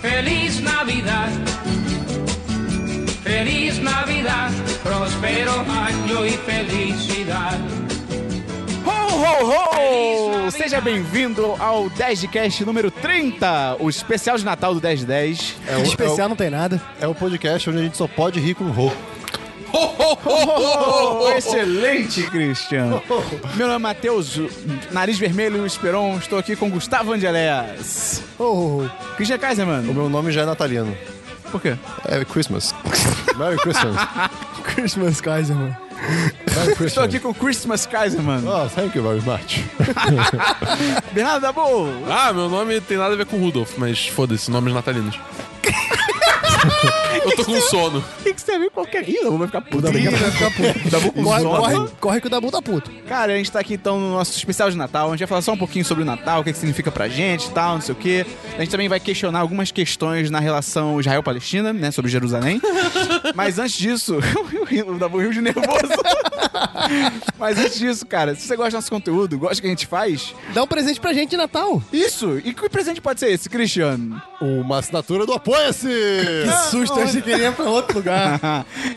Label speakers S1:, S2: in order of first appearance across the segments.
S1: Feliz Navidad, feliz Navidad, próspero año y felicidad.
S2: Ho, ho, ho!
S1: Feliz
S2: Seja
S1: Navidad.
S2: bem-vindo ao 10 de cast número 30, o especial de Natal do 10 de 10.
S3: É o,
S4: Especial não tem nada.
S3: é o- é o podcast onde a gente só pode rir com ro.
S2: Oh, excelente, Christian! Meu nome é Matheus, nariz vermelho e o Esperon. Estou aqui com Gustavo Angeléas.
S4: Oh,
S2: Christian Kaiser,
S3: O
S2: mano.
S3: meu nome já é nataliano.
S2: Por quê?
S3: É Christmas. Merry Christmas.
S4: Christmas Kaiser, mano.
S3: Merry Christmas.
S2: Estou aqui com Christmas Kaiser, mano.
S3: Oh, thank you very much.
S2: Bernardo Dabu!
S5: Ah, meu nome tem nada a ver com Rudolf, mas foda-se, nomes natalinos. Eu tô com sono.
S2: Tem que servir qualquer. Ih, Dabu vai ficar puto.
S4: Corre,
S2: Zona.
S4: corre, corre que o Dabu tá puto.
S2: Cara, a gente tá aqui então no nosso especial de Natal. A gente vai falar só um pouquinho sobre o Natal, o que, que significa pra gente e tal, não sei o quê. A gente também vai questionar algumas questões na relação Israel-Palestina, né? Sobre Jerusalém. Mas antes disso, eu ri- o Dabu riu de nervoso. Mas antes disso, cara, se você gosta do nosso conteúdo, gosta do que a gente faz,
S4: Dá um presente pra gente de Natal.
S2: isso! E que presente pode ser esse, Cristiano?
S3: Uma assinatura do Apoia-se! Ah,
S4: Susto, eu achei que ele ia pra outro lugar.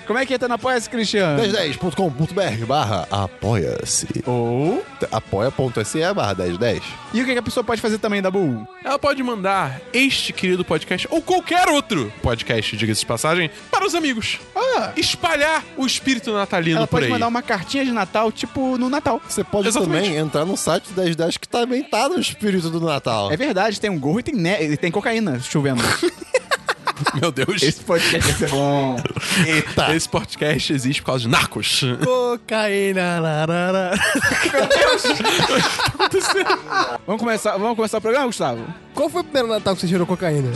S2: Como é que entra na apoia-se, Cristiano?
S3: 1010.com.br barra apoia-se.
S2: Ou.
S3: Apoia.se barra 1010.
S2: E o que que a pessoa pode fazer também, Dabu?
S5: Ela pode mandar este querido podcast, ou qualquer outro podcast, diga-se de passagem, para os amigos.
S2: Ah.
S5: Espalhar o espírito natalino
S2: Ela
S5: por
S2: pode
S5: aí.
S2: mandar uma cartinha de Natal, tipo, no Natal.
S3: Você pode
S5: Exatamente.
S3: também entrar no site do 1010 que também tá no espírito do Natal.
S2: É verdade, tem um gorro e tem, ne- e tem cocaína chovendo. um
S5: Meu Deus, esse,
S2: podcast vai ser bom.
S3: Eita!
S2: tá.
S5: podcast existe por causa de narcos.
S4: Cocaína, larara.
S2: Vamos começar, vamos começar o programa, Gustavo?
S4: Qual foi o primeiro Natal que você cheirou cocaína?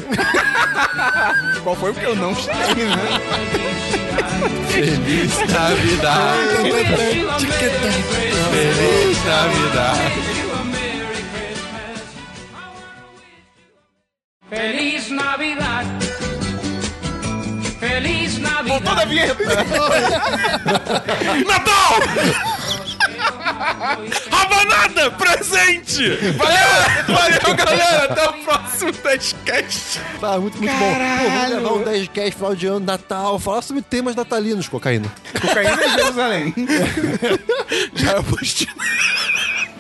S2: Qual foi o que eu não cheguei, né?
S5: Feliz Navidade, feliz Navidade.
S1: Feliz Navidad, feliz Navidad.
S2: Toda vinheta.
S5: Natal! Rabanada! Presente! Valeu! Valeu, galera! Até o próximo Testcast!
S3: Tá muito, muito bom. Pô, vamos gravar um 1010 final de ano, Natal, falar sobre temas natalinos, cocaína.
S2: Cocaína em Jerusalém.
S5: Já
S2: é
S5: eu postei.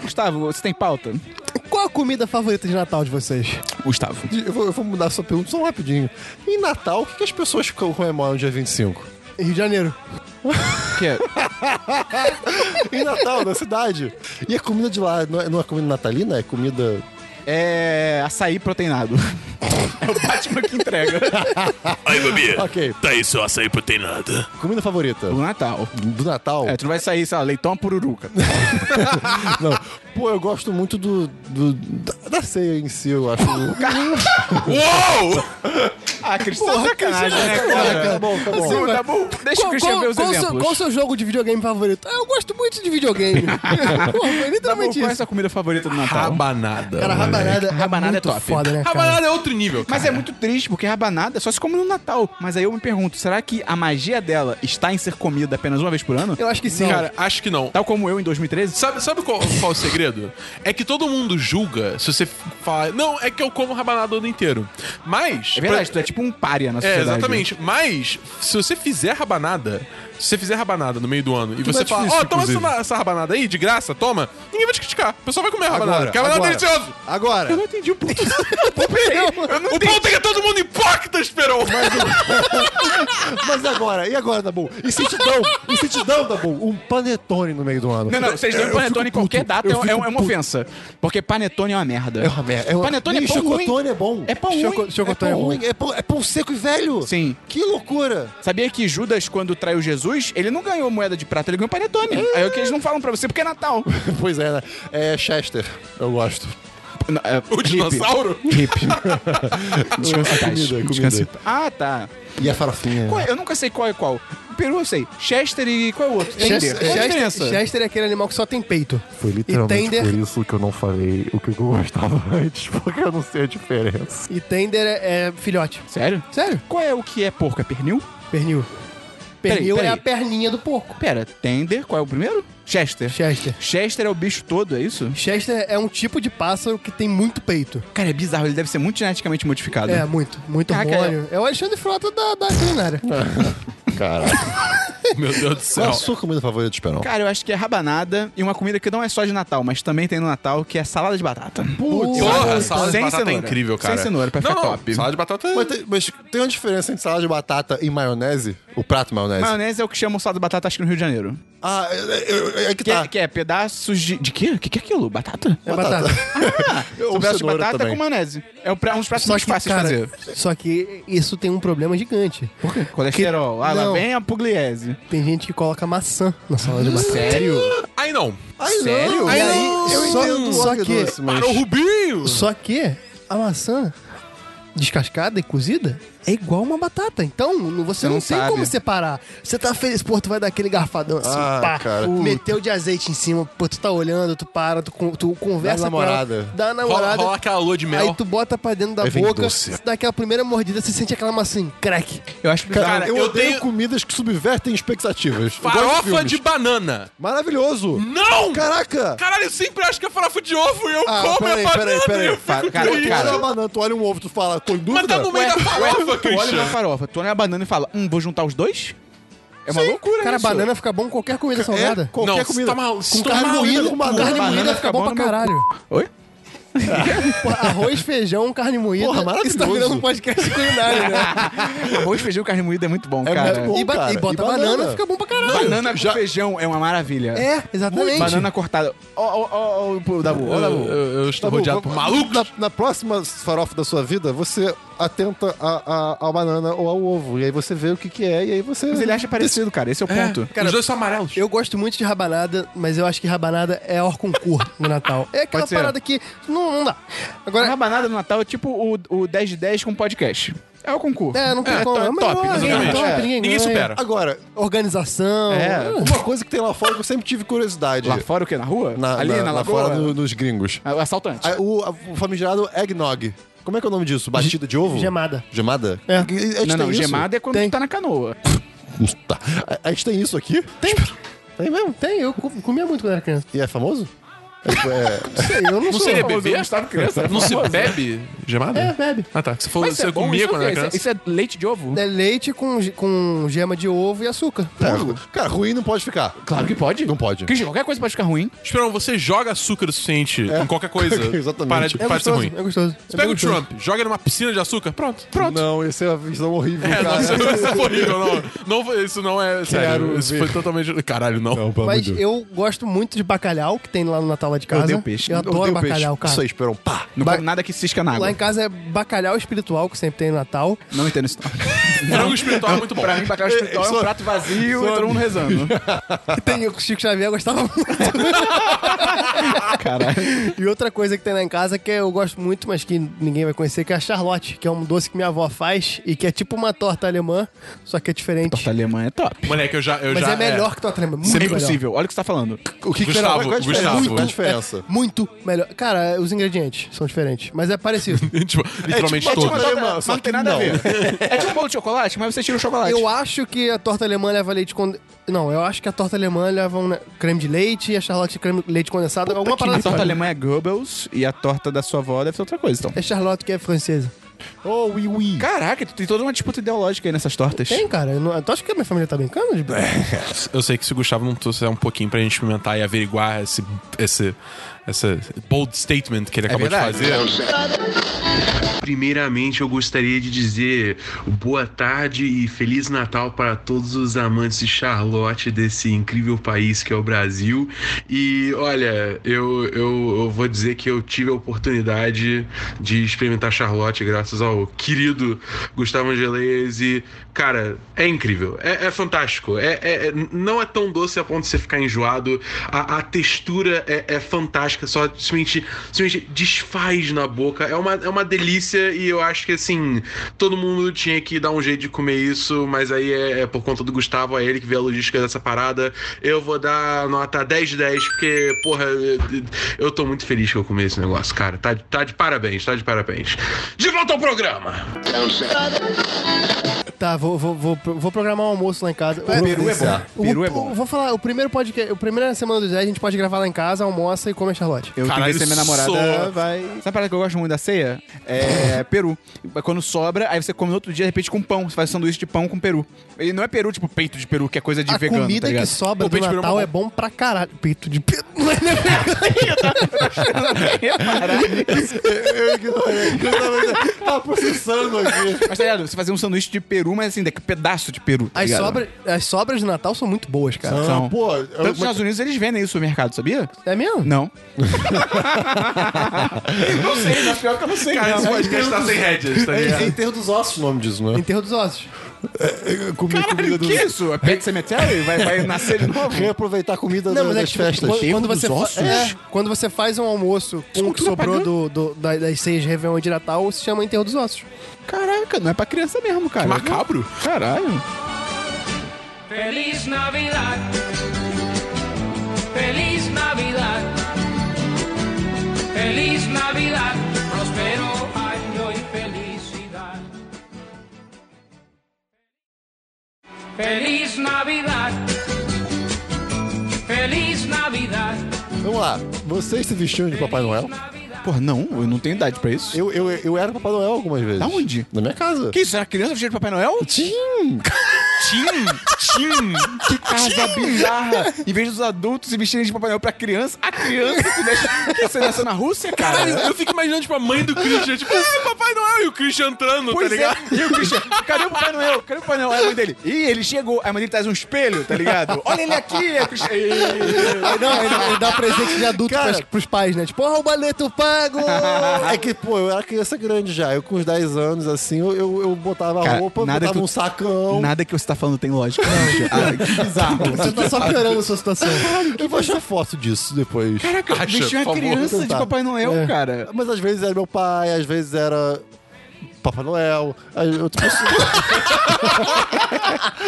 S2: Gustavo, você tem pauta?
S4: Qual a comida favorita de Natal de vocês?
S2: Gustavo.
S3: Eu vou, eu vou mudar sua pergunta só rapidinho. Em Natal, o que, que as pessoas co- comemoram dia 25?
S4: Rio de Janeiro.
S2: Que é?
S3: Em Natal, na cidade. E a comida de lá não é, não é comida natalina? É comida.
S2: é açaí proteinado. É o Batman que entrega.
S5: Aí, bebê!
S3: Ok,
S5: Tá aí seu açaí proteinado.
S3: comida favorita
S2: É O Natal.
S3: do Natal.
S2: É, tu não vai sair, sei lá, leitão à pururuca.
S4: tipo,
S3: Não. Pô, eu gosto muito do, do- da, da ceia em si, eu acho.
S5: Uou!
S2: Ah, Cristiano, Porra, sacanagem, né,
S4: é.
S2: cara?
S3: tá bom, tá bom.
S2: Assim,
S4: mas-
S2: tá bom, deixa o
S4: Qual,
S2: Christian
S4: qual,
S2: ver os
S4: qual o seu,
S2: exemplos.
S4: qual o seu jogo de videogame favorito? Ah, eu gosto muito de videogame. Porra, foi
S2: Tá bom,
S4: literalmente
S2: qual é a
S4: isso.
S2: sua comida favorita do Natal?
S5: Rabanada.
S4: Cara, rabanada,
S2: tá Rabanada é
S4: muito
S2: top.
S4: foda, né, cara?
S5: Rabanada é outro nível.
S2: Mas é muito triste, porque rabanada é só se come no Natal. Mas aí eu me pergunto, será que a magia dela está em ser comida apenas uma vez por ano?
S4: Eu acho que sim.
S5: Cara, acho que não.
S2: Tal como eu em 2013?
S5: Sabe, sabe qual, qual o segredo? É que todo mundo julga se você fala. Não, é que eu como rabanada o ano inteiro. Mas.
S2: É verdade,
S5: pra-
S2: tu é tipo um pária na
S5: É,
S2: sociedade. né?
S5: exatamente. Mas, se você fizer rabanada, se você fizer rabanada no meio do ano e
S3: Tudo
S5: você
S3: é
S5: falar, ó,
S3: difícil,
S5: toma essa,
S3: inclusive.
S5: na- essa rabanada aí, de graça, toma, ninguém vai te criticar. O pessoal vai comer a rabanada.
S3: Agora,
S5: Porque a rabanada é deliciosa.
S3: Agora.
S2: Eu não entendi o ponto. eu não
S5: O
S2: entendi.
S5: ponto é que é todo mundo hipócrita, esperou.
S3: Mas agora, e agora, Dabu? E se te dão, e se te dão, Dabu, um panetone no meio do ano?
S2: Não, não, vocês dão panetone em qualquer data é,
S3: eu
S2: é
S3: fico
S2: uma
S3: puto.
S2: ofensa. Porque panetone é uma merda.
S3: É uma merda. É uma...
S2: Panetone
S3: Ih,
S2: é pão ruim.
S3: chocotone é bom.
S2: É pão ruim.
S4: Choco- Chocotone é bom.
S3: É pão, é pão seco e velho.
S2: Sim.
S3: Que loucura.
S2: Sabia que Judas, quando traiu Jesus, ele não ganhou moeda de prata, ele ganhou panetone. Aí é o que eles não falam pra você, porque é Natal.
S3: Pois é, né? É Chester. Eu gosto.
S2: Não, é,
S5: O
S2: hippie.
S5: dinossauro?
S2: Hippie. Descanse em paz.
S3: Comida,
S2: Descanse em
S3: comida.
S2: paz. Ah, tá.
S3: E a farofinha.
S2: Qual é? Eu nunca sei qual é qual. O Peru eu sei. Chester e qual é o outro? Tender. Qual a
S4: Chester,
S2: diferença?
S4: Chester é aquele animal que só tem peito.
S3: Foi
S4: E
S3: literalmente
S4: tender-
S3: por isso que eu não falei o que eu gostava antes, porque eu não sei a diferença.
S4: E tender é, é filhote.
S2: Sério?
S4: Sério?
S2: Qual é o que é porco? É pernil?
S4: Pernil. Pernil
S2: peraí.
S4: é a perninha do porco.
S2: Pera, tender, qual é o primeiro? Chester.
S4: Chester.
S2: Chester é o bicho todo, é isso?
S4: Chester é um tipo de pássaro que tem muito peito.
S2: Cara, é bizarro, ele deve ser muito geneticamente modificado.
S4: É, muito, muito
S2: Caraca, Ah.
S4: hormônio. É o Alexandre Frota da, da culinária.
S3: Caraca.
S5: Meu Deus do
S3: Qual é
S5: céu.
S3: a sua comida favorita de Esperão?
S2: Cara, eu acho que é rabanada e uma comida que não é só de Natal, mas também tem no Natal, que é salada de batata.
S4: Putz,
S5: Porra, a salada
S2: Sem
S5: de batata
S2: cenoura.
S5: é incrível, cara.
S2: Sem cenoura, pra
S5: não,
S2: ficar
S5: não,
S2: top.
S5: Salada de batata é...
S3: Mas tem, mas tem uma diferença entre salada de batata e maionese? O prato maionese?
S2: Maionese é o que chamam salada de batata, acho que no Rio de Janeiro.
S3: Ah, é, é- é- é que
S2: Que,
S3: tá.
S2: é, que é pedaços de. De quê? O que, que é aquilo? Batata?
S4: É batata.
S2: Ah,
S3: Ou
S2: são pedaços de
S3: cenoura
S2: batata
S3: também.
S2: com maionese. É um pra- um dos pratos mais fáceis de fazer.
S4: só que isso tem um problema gigante. Por quê?
S2: Colesterol. Ah, lá
S4: Não.
S2: vem a pugliese.
S4: Tem gente que coloca maçã na salada de batata.
S2: Sério?
S5: Aí não.
S2: Sério?
S4: E aí,
S3: eu
S4: só,
S3: entendo
S4: só
S3: agridoce,
S4: que,
S2: Ah,
S3: mas...
S5: Parou o Rubinho!
S4: só que a maçã descascada e cozida é igual uma batata. Então, não- você não,
S2: não
S4: tem
S2: sabe.
S4: como separar. Você tá feliz, pô, tu vai dar aquele garfadão assim,
S3: Ah,
S4: pá,
S3: cara.
S4: meteu de azeite em cima, pô, tu tá olhando, tu para, tu, con- tu conversa
S3: Dá
S4: com ela,
S3: namorada.
S4: dá a
S5: Rola,
S4: namorada,
S5: rola aquela lua de mel.
S4: aí tu bota pra dentro da
S3: Aí vem
S4: boca,
S3: doce.
S4: dá aquela primeira mordida, você sente aquela maçã assim, crack.
S2: Eu acho que.
S3: Cara,
S5: Cara,
S3: eu,
S5: eu
S3: odeio
S5: tenho-
S3: comidas que subvertem expectativas. Eu gosto
S5: Farofa
S3: filmes.
S5: de banana.
S3: Maravilhoso!
S5: Não!
S3: Caraca!
S5: Caralho, eu sempre acho que é farofa de ovo e eu
S3: Ah,
S5: como
S3: peraí,
S5: a banana
S3: peraí, peraí.
S5: e eu
S2: Fa-
S5: fico
S2: cara,
S5: triste.
S3: Tu olha uma banana, tu olha um ovo, tu fala, tô em
S5: Mas
S3: dúvida?
S5: tá no meio da farofa,
S2: Tu olha uma
S5: Christian.
S2: farofa, tu olha uma banana e fala, hum, vou juntar os dois? É uma loucura,
S4: Cara,
S2: isso.
S4: banana fica bom com qualquer comida salgada.
S3: É, qualquer
S5: Não, você
S3: comida.
S5: tá maluco, você
S3: com
S5: tá
S3: carne
S5: maluco.
S3: moída, com
S4: Carne
S3: banana.
S2: Banana
S4: moída
S2: fica
S4: fica bom
S2: bom
S4: pra
S2: no meu
S4: caralho.
S2: Oi?
S4: Pô, Arroz, feijão, carne moída.
S3: Porra, maravilhoso.
S4: Isso tá virando um podcast culinário, né?
S2: Arroz, feijão, carne moída é muito bom,
S3: É
S2: cara.
S3: muito bom.
S4: e, ba-
S3: cara,
S4: e bota
S3: e banana.
S4: banana, fica bom pra caralho.
S2: Banana com feijão é uma maravilha.
S4: É, exatamente.
S2: Banana cortada. Ó, ó, ó, ó, o Dabu, ó, o
S5: Eu,
S2: Dabu.
S5: eu- eu estou
S3: Tá bom,
S5: rodeado por
S3: vamos-
S5: malucos.
S3: Na, na próxima farofa da sua vida, você atenta a, a, a banana ou ao ovo. E aí você vê o que, que é, e aí você.
S2: Mas ele acha parecido, cara. Esse é o ponto.
S5: É, os dois são amarelos.
S4: Eu gosto muito de rabanada, mas eu acho que rabanada é hor concur no Natal. É aquela
S2: Pode ser.
S4: parada que não, não dá.
S2: A
S4: Agora,
S2: rabanada no Natal é tipo o, o 10 de 10 com podcast. É o concurso.
S4: é, não tem
S5: É,
S4: como.
S5: to-
S4: É, mas
S5: top,
S4: não, ninguém
S5: exatamente.
S4: top,
S2: É.
S4: ninguém,
S5: Ninguém
S4: ganha.
S5: supera.
S3: Agora,
S4: Organização.
S2: É.
S3: uma coisa que tem lá fora que eu sempre tive curiosidade.
S2: Lá fora o quê? Na rua?
S3: Na,
S2: Ali na,
S3: na, lá
S2: lagoa?
S3: fora no- nos gringos.
S2: Ah, O assaltante.
S3: A- o, a- o famigerado eggnog. Como é que é o nome disso? Batida de ovo?
S4: gemada.
S3: Gemada?
S4: É.
S3: A gente
S2: não, não,
S3: tem isso?
S2: gemada é quando
S4: Tem.
S2: tu tá na canoa.
S5: é-
S3: Tá. A- A gente tem isso aqui?
S4: Tem. Tem mesmo? Tem, eu co- comia muito quando era criança.
S3: E é famoso? É, tipo, é-
S4: Não sei, eu não,
S5: Não
S4: sou.
S5: seria
S4: famoso.
S5: bebê?
S2: criança,
S5: Não se bebe gemada?
S4: É, bebe.
S5: Ah, tá. que Você falou que
S2: isso
S5: você
S2: é bom,
S5: comia
S2: isso é o
S3: né,
S5: quando era
S2: quê?
S5: criança.
S2: Isso é, isso é leite de ovo?
S4: É leite com, ge- com gema de ovo e açúcar.
S5: Tá,
S3: é, cara, ruim não pode ficar.
S2: Claro que pode.
S3: Não pode.
S2: Christian, qualquer coisa pode ficar ruim.
S5: Esperão, você joga açúcar o suficiente em qualquer coisa.
S3: Exatamente.
S5: Para de,
S4: É
S5: para de ser
S4: gostoso,
S5: ruim.
S4: é gostoso.
S5: Você pega o Trump, joga numa piscina de açúcar, pronto.
S3: Pronto. Não, essa é uma visão horrível,
S5: É,
S3: cara.
S5: nossa, isso foi horrível, não. Não, Isso não é sério.
S3: Quero
S5: Isso
S3: ver.
S5: foi totalmente. Caralho, não.
S3: pelo amor
S4: Mas
S3: de Deus.
S4: eu gosto muito de bacalhau que tem lá no Natal lá de casa.
S2: odeio peixe.
S4: Eu
S2: Eu
S4: adoro
S3: Odeio peixe.
S4: bacalhau, cara.
S3: Isso aí, esperam. Pá.
S2: Não
S4: Ba-
S2: come nada que cisca na água.
S4: Lá em casa é bacalhau espiritual que sempre tem no Natal.
S2: Não entendo isso. não.
S5: Frango espiritual é muito bom.
S2: pra mim, bacalhau espiritual é um
S3: Só-
S2: prato vazio e todo mundo rezando.
S4: Que tem o Chico Xavier gostava muito.
S2: Caralho.
S4: E outra coisa que tem lá em casa que eu gosto muito, mas que ninguém vai conhecer, que é a Charlotte, que é um doce que minha avó faz e que é tipo uma torta alemã, só que é diferente.
S2: Torta alemã é top.
S5: Moleque, eu já. Eu
S4: mas
S5: já
S4: é melhor que torta alemã. Muito
S2: É
S4: melhor.
S2: impossível. Olha o que você tá falando.
S3: O que
S5: Gustavo,
S3: que era? Qual é a diferença?
S5: Gustavo.
S3: Qual é a diferença?
S4: Muito melhor. Cara, os ingredientes são diferentes, mas é parecido.
S5: tipo, literalmente
S3: É tipo
S5: todos.
S3: uma torta alemã,
S2: Mas
S3: só
S2: não tem
S3: que
S2: nada
S3: não.
S2: a ver. É tipo um bolo de chocolate, mas você tira o chocolate.
S4: Eu acho que a torta alemã leva leite condensado. Não, eu acho que a torta alemã leva um ne- creme de leite e a Charlotte creme leite condensado. alguma parada
S2: A
S4: assim.
S2: torta alemã é Goebbels e a torta da sua avó deve ser outra coisa, então.
S4: É Charlotte que é francesa.
S3: Oh, oui, oui.
S2: Caraca, tu tem toda uma disputa ideológica aí nessas tortas.
S4: Tem, cara. Eu não... Tu acha que a minha família tá brincando? De...
S2: É.
S5: Eu sei que se o Gustavo não trouxer um pouquinho pra gente experimentar e averiguar esse, esse, esse bold statement que ele
S3: É
S5: acabou de
S2: verdade.
S5: fazer.
S6: Primeiramente, eu gostaria de dizer boa tarde e Feliz Natal para todos os amantes de Charlotte, desse incrível país que é o Brasil. E olha, eu, eu, eu vou dizer que eu tive a oportunidade de experimentar Charlotte graças ao querido Gustavo Angeles. E, cara, é incrível, é, é fantástico. É, é- é- não é tão doce a ponto de você ficar enjoado. A, a textura é, é fantástica, só simplesmente, simplesmente desfaz na boca. É uma, é uma delícia e eu acho que assim, todo mundo tinha que dar um jeito de comer isso, mas aí é, é por conta do Gustavo, é ele que vê a logística dessa parada. Eu vou dar nota 10 de 10, porque, porra, eu, eu tô muito feliz que eu comi esse negócio, cara. Tá, de- tá de parabéns, tá de parabéns. De volta ao programa!
S4: Tá, vou, vou, vou, vou programar um almoço lá em casa.
S2: Peru é bom.
S4: O-
S2: Peru é
S4: o-
S2: bom.
S4: Vou falar, o primeiro podcast, a primeira semana do Zé, a gente pode gravar lá em casa, almoça e come a Charlotte.
S2: Eu
S5: Caralho,
S2: Caralho, ser minha namorada
S5: soa.
S2: vai. Sabe a parada que eu gosto muito da ceia? É peru. Quando sobra, aí você come no outro dia, de repente, com pão. Você faz sanduíche de pão com peru. E não é peru, tipo, peito de peru, que é coisa de
S4: a
S2: vegano.
S4: comida
S2: tá
S4: que
S2: ligado?
S4: sobra
S2: Pô,
S4: do
S2: peito de peru
S4: Natal
S2: bom.
S4: é bom pra caralho. Peito de peru. Não é tá? vegano.
S3: Eu ignorei. Eu tava, tava tá processando aqui.
S2: Mas tá ligado? Você fazer um sanduíche de peru, mas assim, daqui pedaço de peru. Tá
S4: As,
S2: ligado?
S4: sobra, as sobras de Natal são muito boas, cara.
S2: São.
S3: Ah, pô,
S2: Tanto nos Estados Unidos eles vendem isso no mercado, sabia?
S4: É mesmo?
S2: Não. não sei, na pior que eu não sei.
S5: Cara,
S2: não.
S5: esse podcast tá sem rédeas, tá
S3: é, é
S5: ligado?
S3: enterro dos ossos o nome disso, né?
S4: Enterro dos ossos.
S3: Comer
S2: Caralho, o que é isso? É pet cemetery? Vai, vai nascer de novo?
S3: Reaproveitar a comida da-
S2: é
S3: das
S4: tipo,
S3: festas.
S4: quando-
S3: Enterro
S4: quando
S3: dos
S4: você, fa-
S3: ossos?
S4: é, quando você faz um almoço com o que
S2: Cultura
S4: sobrou
S2: pagã.
S4: do, do- da- das seis Réveillon e de Natal, se chama enterro dos ossos.
S2: Caraca, não é pra criança mesmo, cara.
S5: Macabro?
S2: Caralho.
S1: Feliz Navidad. Feliz Navidad. Feliz Navidad. Próspero año y felicidad. Feliz Navidad. Feliz Navidad.
S3: Vamos lá. Vocês se vestiram de Papai Noel?
S1: Navidad.
S2: Porra, não, eu não tenho idade pra isso.
S3: Eu, eu, eu era Papai Noel algumas vezes.
S2: Aonde?
S3: Na minha casa.
S2: Que isso? Era criança vestida de Papai Noel?
S3: Tim!
S5: Tim! Tim!
S2: Que casa bizarra! Em vez dos adultos se vestirem de Papai Noel pra criança, a criança se veste. Que Você nasceu na Rússia,
S5: Caralho,
S2: cara?
S5: eu fico imaginando, tipo, a mãe do Christian, tipo, é, Papai Noel, e o Christian entrando,
S2: Pois
S5: tá ligado?
S2: é. E o Christian, cadê o Papai Noel? Cadê o Papai Noel? Aí a mãe dele. Ih, ele chegou. Aí a mãe dele traz um espelho, tá ligado? Olha ele aqui, é o Christian. Ih.
S4: Aí não, ele, ele dá presente de adulto
S3: Cara.
S4: pras- pros pais, né? Tipo, ó, o boleto pago!
S3: É que, pô, eu era criança grande já. Eu com uns 10 anos, assim, eu, eu, eu botava
S2: Cara,
S3: roupa,
S2: nada
S3: botava
S2: que tu-
S3: um sacão.
S2: Nada que você tá falando tem lógica. Ah, que bizarro.
S4: Você tá só piorando a sua situação.
S3: Eu vou achar foto disso depois.
S2: Caraca,
S5: Acha,
S2: vestir uma
S5: por favor,
S2: criança de
S3: tentar.
S2: Papai Noel, cara.
S3: Mas às vezes era meu pai, às vezes era Papai Noel. aí Eu tipo assim-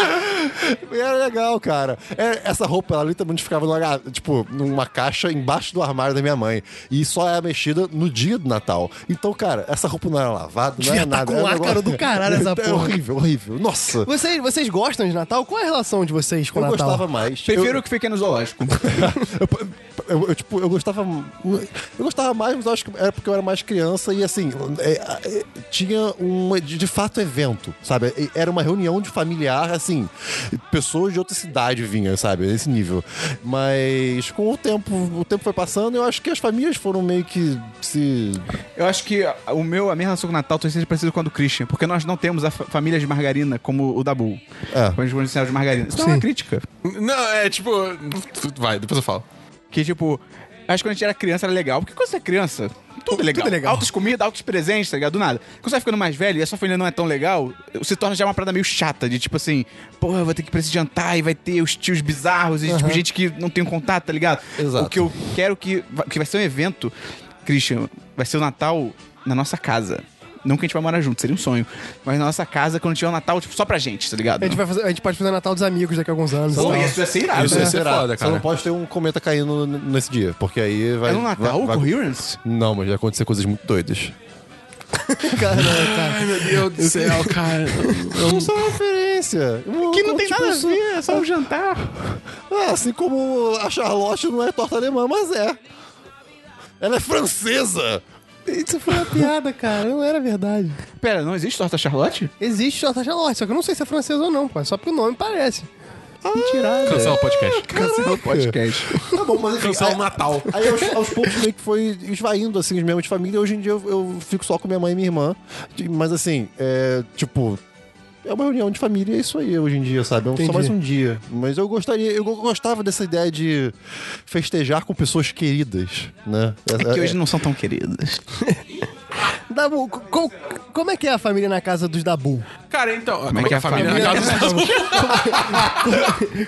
S3: E era legal, cara. É, Essa roupa, ela literalmente ficava numa, ga- tipo, numa caixa embaixo do armário da minha mãe. E só era mexida no dia do Natal. Então, cara, essa roupa não era lavada, não
S4: Devia
S3: era
S4: tá
S3: nada.
S4: com
S3: era um
S4: ácaro do caralho essa
S3: É
S4: porra.
S3: horrível, horrível. Nossa,
S4: Vocês, vocês gostam de Natal? Qual é a relação de vocês com
S3: eu
S4: o Natal?
S3: gostava mais.
S2: Prefiro que fique no zoológico.
S3: Eu, eu- eu, tipo, eu gostava. Eu gostava mais, mas eu acho que era porque eu era mais criança e assim, é, é, tinha um de de fato evento, sabe? E Era uma reunião de familiar, assim, pessoas de outra cidade vinham, sabe? Nesse nível. Mas com o tempo, o tempo foi passando, eu acho que as famílias foram meio que se.
S2: Eu acho que o meu, a minha relação com o Natal talvez seja parecida com a do Christian, porque nós não temos a fa- família de margarina como o da Bull.
S3: É.
S2: Como eles conhecem de margarina. Isso não é uma crítica.
S5: Não, é tipo. Vai, depois eu falo.
S2: Que, tipo, acho que quando a gente era criança era legal, porque quando você é criança, tudo é legal.
S4: é legal.
S2: Altas comidas, altos presentes, tá ligado? Do nada. Quando você vai ficando mais velho e a sua família não é tão legal, se torna já uma parada meio chata, de tipo assim, pô, eu vou ter que ir pra esse jantar e vai ter os tios bizarros e, tipo, gente que não tem um contato, tá ligado?
S3: Exato.
S2: O que eu quero que, va- que vai ser um evento, Christian, vai ser o Natal na nossa casa. Não que a gente vai morar junto, seria um sonho. Mas na nossa casa, quando tiver o Natal, tipo, só pra gente, tá ligado?
S4: A gente, vai fazer, a gente pode fazer Natal dos amigos daqui a alguns anos. então.
S2: Pô,
S4: e tal.
S2: isso é ia ser irado. né?
S5: Isso ia ser
S3: Será?
S5: foda,
S3: Você
S5: cara.
S3: não pode ter um cometa caindo n- nesse dia, porque aí vai.
S2: É no Natal,
S3: vai- vai-
S2: Coherence?
S3: Não, mas vai acontecer coisas muito doidas.
S4: Caralho, cara.
S5: Ai, meu Deus do céu, cara.
S3: Não só uma referência.
S2: é Que não tem
S3: Tipo,
S2: nada a
S3: só-
S2: ver, é só um jantar.
S3: É, assim como a Charlotte não é torta alemã, mas é. Ela é francesa!
S4: Isso foi uma piada, cara. Não era verdade.
S2: Pera, não existe torta Charlotte?
S4: Existe torta Charlotte, só que eu não sei se é francesa ou não, pô. É Só porque o nome parece.
S5: Cancela o podcast.
S2: Cancela o podcast.
S3: Tá bom, mas enfim,
S2: é
S5: Cancela
S3: aí-
S5: o Natal.
S3: Aí aos, aos poucos meio que foi esvaindo, assim, os membros de família. Hoje em dia eu, eu fico só com minha mãe e minha irmã. Mas assim, é tipo. É uma reunião de família, é isso aí hoje em dia, sabe? É um- só
S4: Entendi.
S3: mais um dia. Mas eu gostaria, eu gostava dessa ideia de festejar com pessoas queridas, né?
S2: É que hoje não são tão queridas.
S4: Dabu, co- co- como é que é a família na casa dos Dabu?
S5: Cara, então. Como,
S2: é que é a família?
S5: na casa dos-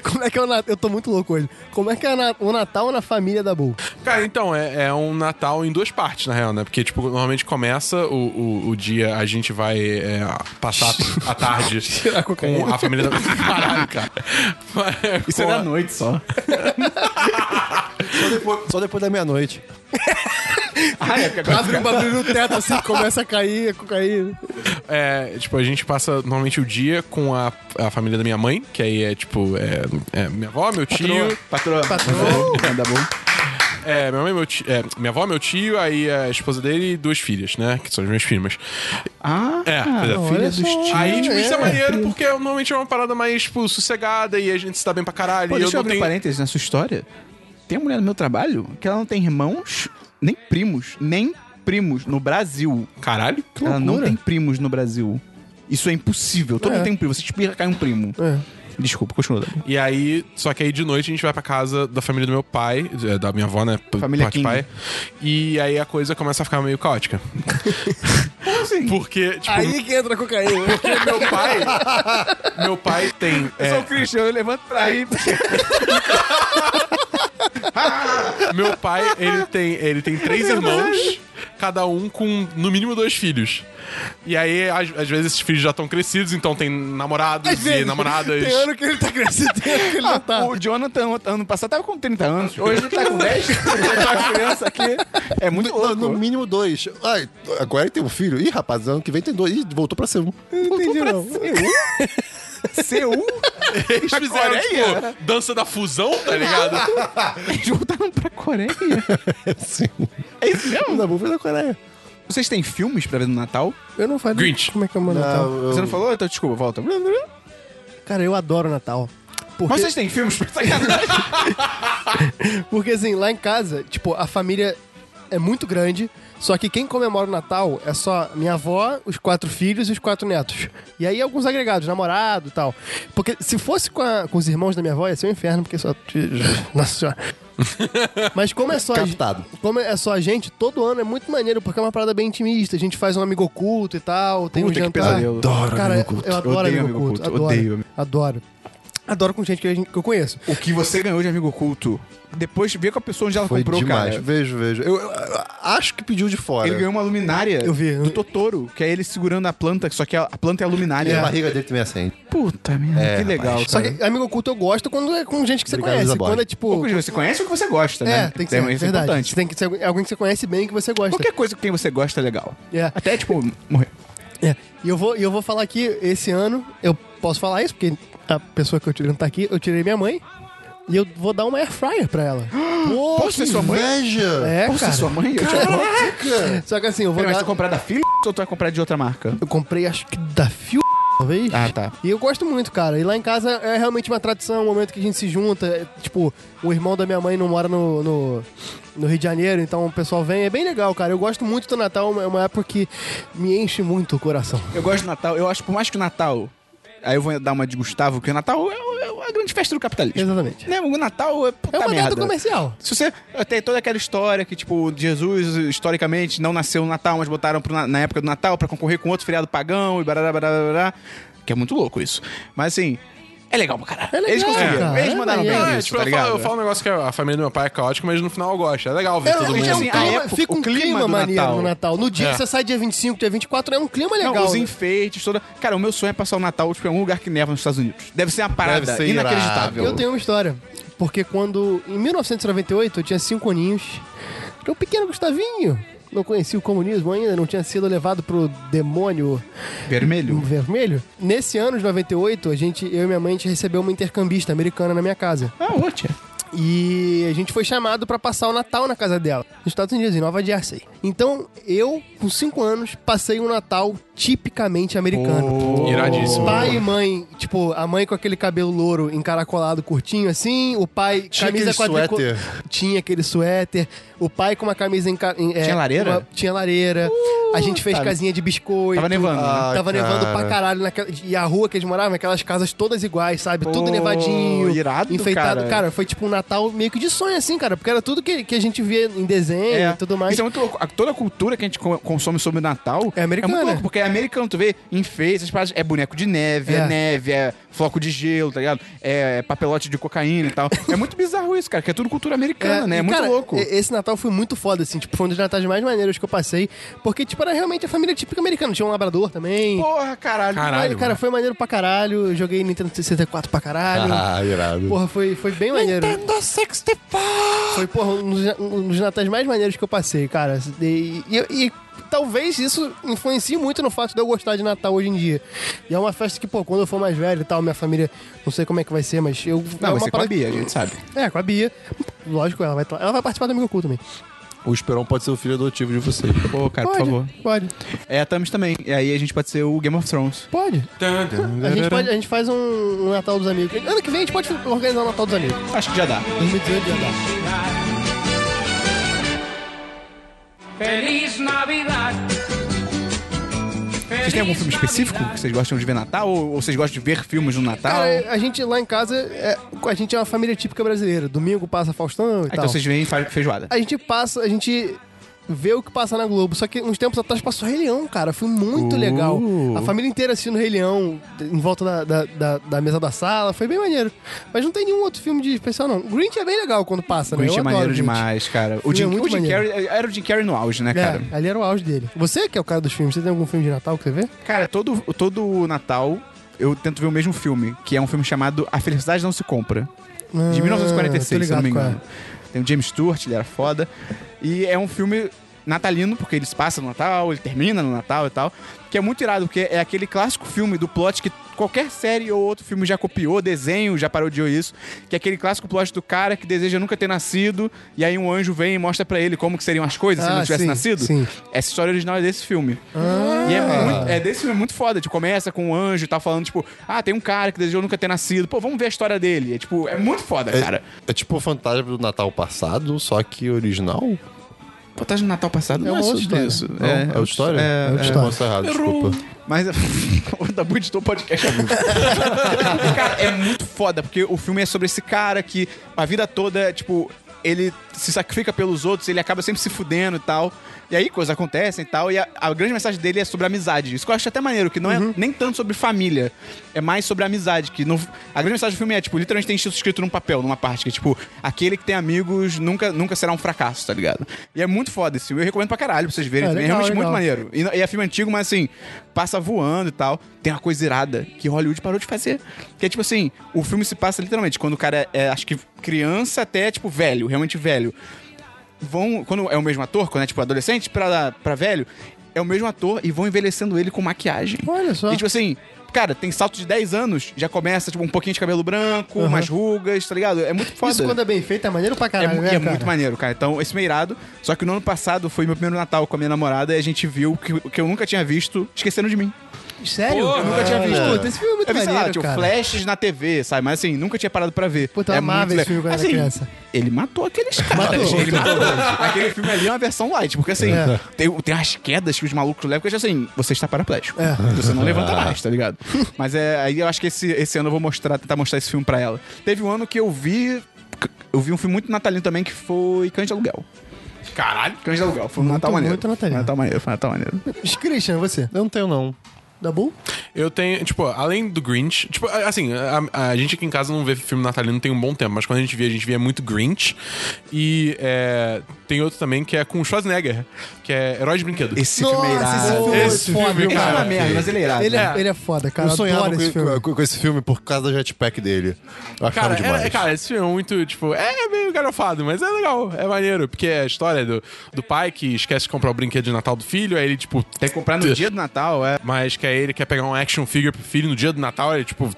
S4: Como é que é o Natal? Eu tô muito louco hoje. Como é que é na- o Natal na família Dabu?
S5: Cara, então, é, é um Natal em duas partes, na real, né? Porque, tipo, normalmente começa o, o, o dia, a gente vai é, passar a tarde com a família da. Caralho, cara.
S2: Isso
S5: Com
S2: é
S5: a-
S2: da noite só.
S3: Só depois, só depois da meia-noite.
S2: Ah, é, porque agora
S4: Abre um bagulho no teto assim, começa a cair, a cair.
S5: É, tipo, a gente passa normalmente o dia com a, a família da minha mãe, que aí é tipo, é, é minha avó, meu tio.
S2: Patroa. Patroa. Tá bom.
S5: É, minha mãe, meu tio. é, minha avó, meu tio, aí a esposa dele e duas filhas, né? Que são as minhas primas.
S2: Ah,
S5: É, pois é.
S2: filha dos tios.
S5: Aí, tipo, isso é
S4: É.
S5: maneiro, porque normalmente é uma parada mais, tipo, sossegada e a gente se dá bem pra caralho.
S2: Pô,
S5: e eu
S2: deixa eu
S5: não
S2: abrir um
S5: tenho...
S2: parênteses na sua história. Tem uma mulher no meu trabalho que ela não tem irmãos, nem primos, nem primos no Brasil.
S5: Caralho?
S2: Ela não tem primos no Brasil. Isso é impossível. Todo
S4: É.
S2: mundo tem um primo. Você espirra, cai um primo. Desculpa, continua. Dabu.
S5: E aí, só que aí de noite a gente vai pra casa da família do meu pai, é, da minha avó, né? p-
S2: Família
S5: parte de
S2: King.
S5: pai. E aí a coisa começa a ficar meio caótica.
S2: assim?
S5: Porque, tipo,
S4: Aí que entra a cocaína.
S5: meu pai. meu pai tem. é,
S2: Christian, eu levanto pra aí.
S5: meu pai, ele tem, ele
S2: É
S5: tem três irmãos, cada um com no mínimo dois filhos. E aí, às, às vezes, esses filhos já estão crescidos, então tem namorados e namoradas.
S4: Tem ano que ele tá crescendo, tem ano que ele não tá.
S2: O Jonathan, ano- ano passado, tava com 30 anos. Hoje ele tá com 10. tá uma criança aqui. É muito
S3: No,
S2: louco.
S3: no mínimo dois. Ai, agora ele tem um filho. Ih, rapaz, ano que vem tem dois. Ih, voltou pra ser um.
S4: entendi, não.
S2: Seul,
S5: Eles fizeram,
S2: Coreia?
S5: tipo, dança da fusão, tá ligado?
S2: eles voltaram pra Coreia.
S3: Sim. É isso mesmo? Da Bufa da Coreia.
S2: Vocês têm filmes pra ver no Natal?
S4: Eu não falei
S5: Grinch.
S4: como é que é o meu
S3: Ah,
S4: Natal.
S3: eu-
S2: Você não falou? Então, desculpa, volta.
S4: Cara, eu adoro Natal. Porque,
S2: Mas vocês têm filmes pra sacanagem?
S4: porque assim, lá em casa, tipo, a família é muito grande, só que quem comemora o Natal é só minha avó, os quatro filhos e os quatro netos. E aí alguns agregados, namorado e tal. Porque se fosse com, a- com os irmãos da minha avó, ia ser um inferno, porque só. Nossa senhora. Mas como é só. a-
S3: Captado.
S4: Como é só a gente, todo ano é muito maneiro, porque é uma parada bem intimista. A gente faz um amigo oculto e tal, tem
S2: Puta,
S4: um
S2: que
S4: jantar.
S2: pesadelo.
S3: Adoro
S4: Cara,
S3: amigo oculto.
S4: eu adoro
S2: Odeio
S4: amigo
S2: amigo
S4: oculto.
S2: oculto.
S4: Adoro.
S2: Odeio amigo-
S4: Adoro. Adoro com gente que, a gente- que eu conheço.
S2: O que você ganhou de amigo oculto, depois vê com a pessoa onde ela
S3: Foi
S2: comprou,
S3: demais.
S2: cara.
S3: Vejo, vejo. Eu, eu- eu acho que pediu de fora.
S2: Ele ganhou uma luminária
S4: Eu vi.
S2: do Totoro, que é ele segurando a planta, só que a, a planta é a luminária.
S3: E a barriga dele também é assim. acende.
S2: Puta merda,
S3: É,
S2: que
S3: rapaz.
S2: legal.
S4: Só
S2: cara. Um né?
S4: que amigo oculto eu gosto quando é com gente que você
S3: Obrigado,
S4: conhece.
S3: Isabelle.
S4: Quando é
S2: Ou
S4: tipo.
S2: que você conhece ou que você gosta, né?
S4: É, tem que ser.
S2: Isso é
S4: verdade.
S2: importante.
S4: Tem que ser alguém que você conhece bem que você gosta.
S2: Qualquer coisa que quem você gosta é legal.
S4: É.
S2: Até, tipo, morrer.
S4: É. E eu vou, e eu vou falar aqui, esse ano, eu posso falar isso, porque a pessoa que eu tirei não tá aqui, eu tirei minha mãe. E eu vou dar uma air fryer pra ela. Pô,
S2: Posso ser sua mãe?
S3: Veja!
S4: É,
S2: Posso ser
S4: cara.
S2: sua mãe? Eu te amo.
S4: Só que assim, eu vou
S2: Peraí, mas
S4: dar...
S2: tu comprar da Philips ou tu vai comprar de outra marca?
S4: Eu comprei, acho que da Fio, talvez.
S2: Ah, tá.
S4: E eu gosto muito, cara. E lá em casa é realmente uma tradição, um momento que a gente se junta. É, tipo, o irmão da minha mãe não mora no, no, no Rio de Janeiro, então o pessoal vem. É bem legal, cara. Eu gosto muito do Natal, é uma época que me enche muito o coração.
S2: Eu gosto do Natal. Eu acho, por mais que o Natal. Aí eu vou dar uma de Gustavo, porque o Natal é, é a grande festa do capitalismo.
S4: Exatamente.
S2: Né? O Natal é puta
S4: É uma
S2: merda.
S4: data comercial.
S2: Se você. Tem toda aquela história que, tipo, Jesus, historicamente, não nasceu no Natal, mas botaram pro na, na época do Natal pra concorrer com outro feriado pagão e barará, barará, barará. Que é muito louco isso. Mas assim. É legal pra caralho.
S4: É legal,
S2: Eles conseguiram.
S4: cara.
S2: Eles
S4: É
S2: mandaram bem
S4: maneiro.
S5: É,
S2: nisso,
S5: tipo,
S2: tá
S5: eu, falo,
S2: ligado?
S5: eu falo um negócio que a família do meu pai é caótica, mas no final eu gosto. É legal ver todo
S2: eu
S5: mundo.
S2: tinha
S4: Assim,
S2: assim, a época-
S4: fica um
S2: o clima
S4: clima,
S2: do
S4: maneiro
S2: Natal.
S4: no Natal. No dia
S5: É.
S4: que você sai dia 25, dia 24, é um clima legal.
S2: Não, os
S4: né?
S2: enfeites, toda. Cara, o meu sonho é passar o Natal tipo, em algum lugar que neva nos Estados Unidos. Deve ser uma parada
S3: Deve ser irado.
S2: inacreditável.
S4: Eu tenho uma história. Porque quando. Em 1998, eu tinha cinco aninhos. Era um pequeno Gustavinho. Não conhecia o comunismo ainda, não tinha sido levado pro demônio
S2: Vermelho.
S4: vermelho. Nesse ano de 98, a gente, eu e minha mãe, a gente recebeu uma intercambista americana na minha casa.
S2: Ah, ótimo.
S4: E a gente foi chamado pra passar o Natal na casa dela, nos Estados Unidos, em Nova Jersey. Então, eu, com 5 anos, passei um Natal tipicamente americano.
S5: Iradíssimo.
S4: Pai e mãe, tipo, a mãe com aquele cabelo louro encaracolado curtinho assim, o pai
S3: Tinha
S4: camisa
S3: aquele
S4: quadricu-
S3: suéter.
S4: tinha aquele suéter, o pai com uma camisa em, ca- em- é,
S2: Tinha lareira?
S4: uma- tinha lareira. a gente fez
S3: tá.
S4: casinha de biscoito.
S2: Tava nevando, né?
S3: Ah,
S4: Tava nevando
S3: cara.
S4: pra caralho naquela- e a rua que eles moravam, aquelas casas todas iguais, sabe?
S2: Pô,
S4: Tudo nevadinho,
S2: irado,
S4: enfeitado,
S2: cara.
S4: cara. Cara, foi tipo um Natal meio que de sonho, assim, cara. Porque era tudo que, que a gente via em desenho
S2: É.
S4: e tudo mais.
S2: Isso é muito louco. A- toda a cultura que a gente co- consome sobre o Natal
S4: É americana.
S2: É muito louco, porque é americano, tu vê enfeites, essas paradas, é boneco de neve, é.
S4: É.
S2: neve, é floco de gelo, tá ligado? É papelote de cocaína e tal. é muito bizarro isso, cara, que é tudo cultura americana, né? É
S4: e,
S2: muito
S4: cara,
S2: louco.
S4: e- Esse Natal foi muito foda, assim. Tipo, foi um dos natais mais maneiros que eu passei. Porque, tipo, era realmente a família típica americana. Tinha um labrador também.
S2: Porra, caralho.
S5: Caralho.
S4: Mas, cara,
S5: mano.
S4: foi maneiro pra caralho. Eu Joguei Nintendo 64 pra caralho.
S3: Ah, irado.
S4: Porra, foi, foi bem maneiro.
S3: Nintendo 64!
S4: Foi, porra, um dos, um dos natais mais maneiros que eu passei, cara. E, e- e talvez isso influencie muito no fato de eu gostar de Natal hoje em dia. E é uma festa que, pô, quando eu for mais velho e tal, minha família, não sei como é que vai ser, mas eu... é
S2: Não,
S4: uma
S2: vai ser com a
S4: parada-
S2: Bia, a gente sabe.
S4: É, com a Bia. Lógico, ela vai, ela vai participar do Amigo Cool também.
S3: O Esperão pode ser o filho adotivo de você.
S2: Pô, cara, por favor.
S4: Pode,
S2: É, a Thames também. E aí a gente pode ser o Game of Thrones.
S4: pode. A gente, pode, a gente faz um, um Natal dos Amigos. Ano que vem a gente pode organizar o Natal dos Amigos.
S2: Acho que já dá.
S4: 2018 já dá.
S1: Feliz Navidad.
S2: Vocês têm algum filme específico que vocês gostam de ver Natal? Ou, ou vocês gostam de ver filmes no Natal? Ah,
S4: Cara, a gente lá em casa, é- a gente é uma família típica brasileira. Domingo passa Faustão e
S2: Ah,
S4: tal.
S2: então vocês veem fa- feijoada.
S4: A gente passa, a gente vê o que passa na Globo. Só que uns tempos atrás passou Rei Leão, cara. Foi muito
S2: Uh.
S4: legal. A família inteira assistindo Rei Leão em volta da, da, da- da mesa da sala. Foi bem maneiro. Mas não tem nenhum outro filme de especial, não. Grinch é bem legal quando passa, né?
S2: Grinch
S4: Eu
S2: é
S4: adoro
S2: maneiro
S4: Grinch.
S2: demais, cara. O
S4: Filme
S2: Jim,
S4: é muito
S2: o Jim
S4: maneiro.
S2: Carrey era o Jim Carrey no auge, né,
S4: É,
S2: cara?
S4: ali era o auge dele. Você que é o cara dos filmes, você tem algum filme de Natal que você vê?
S2: Cara, todo, todo Natal eu tento ver o mesmo filme, que é um filme chamado A Felicidade Não Se Compra, de
S4: Ah,
S2: 1946,
S4: tô
S2: se eu não me
S4: ligado
S2: engano. Tem o James Stewart, ele era foda. E é um filme natalino, porque ele se passa no Natal, ele termina no Natal e tal, que é muito irado, porque é aquele clássico filme do plot que qualquer série ou outro filme já copiou, desenho já parodiou isso, que é aquele clássico plot do cara que deseja nunca ter nascido, e aí um anjo vem e mostra pra ele como que seriam as coisas se ele
S4: Ah,
S2: não tivesse
S4: sim,
S2: nascido.
S4: sim.
S2: Essa história original é desse filme.
S4: Ah.
S2: E é, muito, é desse filme muito foda. Tipo, começa com um anjo e tá falando, tipo, ah, tem um cara que desejou nunca ter nascido. Pô, vamos ver a história dele. É tipo, é muito foda, cara.
S3: É tipo o fantasma do Natal passado, só que original?
S2: Pô, tá no Natal passado.
S4: É uma outra história.
S3: Não, é, outra história?
S2: É,
S4: outra
S2: é.
S4: história.
S3: Nossa, errado, desculpa.
S2: Mas o Dabu editou o podcast. cara, é muito foda, porque o filme é sobre esse cara que a vida toda, tipo, ele se sacrifica pelos outros, ele acaba sempre se fudendo e tal. E aí coisas acontecem e tal. E a, a grande mensagem dele é sobre amizade. Isso que eu acho até maneiro, que não é nem tanto sobre família. É mais sobre amizade. Que no- a grande mensagem do filme é, tipo, literalmente tem isso escrito num papel, numa parte, que é tipo, aquele que tem amigos nunca, nunca será um fracasso, tá ligado? E é muito foda esse filme. Eu recomendo pra caralho pra vocês verem.
S4: É,
S2: também. É,
S4: legal,
S2: realmente muito
S4: legal.
S2: maneiro maneiro. E, e é filme antigo, mas assim, passa voando e tal. Tem uma coisa irada que Hollywood parou de fazer. Que é tipo assim, o filme se passa literalmente quando o cara é, acho que criança até, tipo, velho, realmente velho. Vão, quando é o mesmo ator, quando é tipo adolescente pra, pra velho, é o mesmo ator e vão envelhecendo ele com maquiagem.
S4: Olha só.
S2: E tipo assim, cara, tem salto de 10 anos, já começa, tipo, um pouquinho de cabelo branco,
S4: Aham.
S2: umas rugas, tá ligado? É muito foda.
S4: Isso quando é bem feito é maneiro pra
S2: É,
S4: caralho,
S2: mu-
S4: né,
S2: e é
S4: cara?
S2: muito maneiro, cara. Então, esse meio irado. Só que no ano passado foi meu primeiro Natal com a minha namorada e a gente viu que, que eu nunca tinha visto, esquecendo de mim.
S4: Sério?
S1: Porra,
S4: eu
S2: nunca tinha visto.
S4: Puta, esse filme é muito
S2: eu vi, sei
S4: maneiro,
S2: lá, tipo,
S4: cara.
S2: flashes na TV, sabe? Mas assim, nunca tinha parado pra ver. É
S4: Puta, eu amava
S2: muito
S4: esse filme quando
S2: legal.
S4: era criança.
S2: Ele matou aqueles caras. ele matou. Aquele filme ali é uma versão light, porque assim,
S4: É.
S2: tem, tem umas quedas que os malucos levam, que é assim, você está paraplégico.
S4: É.
S2: Você não levanta mais, tá ligado? Mas é, aí eu acho que esse, esse ano eu vou mostrar, tentar mostrar esse filme pra ela. Teve um ano que eu vi. Eu vi um filme muito natalino também que foi Cães de Aluguel.
S5: Caralho.
S2: Cães de Aluguel. Foi um
S4: Muito,
S2: Natal maneiro.
S4: muito natalino.
S2: Foi um Natal maneiro, foi um Natal maneiro.
S4: Christian, você?
S3: Eu não tenho, não.
S4: Dá bom?
S5: Eu tenho, tipo, além do Grinch, tipo, a- assim, a, a gente aqui em casa não vê filme natalino tem um bom tempo, mas quando a gente via, a gente via muito Grinch. E é, tem outro também que é com o Schwarzenegger, que é Herói de Brinquedo.
S2: Esse filme é
S4: Nossa,
S2: irado.
S4: esse filme é
S5: Esse
S4: foda,
S5: filme,
S2: Ele é uma
S5: cara.
S2: merda, mas ele é irado.
S4: Ele
S2: né?
S4: é, ele é foda, cara.
S3: eu
S4: Eu
S3: sonhava
S4: adoro
S3: com,
S4: esse filme.
S3: com- com esse filme por causa da jetpack dele. Eu achava
S5: Cara,
S3: demais.
S5: é, é, cara, esse filme é muito, tipo, é meio garofado, mas é legal, é maneiro. Porque é a história do, do pai que esquece de comprar o brinquedo de Natal do filho, aí ele, tipo,
S2: Tem que
S4: um
S2: comprar no dia do Natal, é.
S5: Mas que aí ele quer pegar um action figure pro filho no dia do Natal, ele, tipo,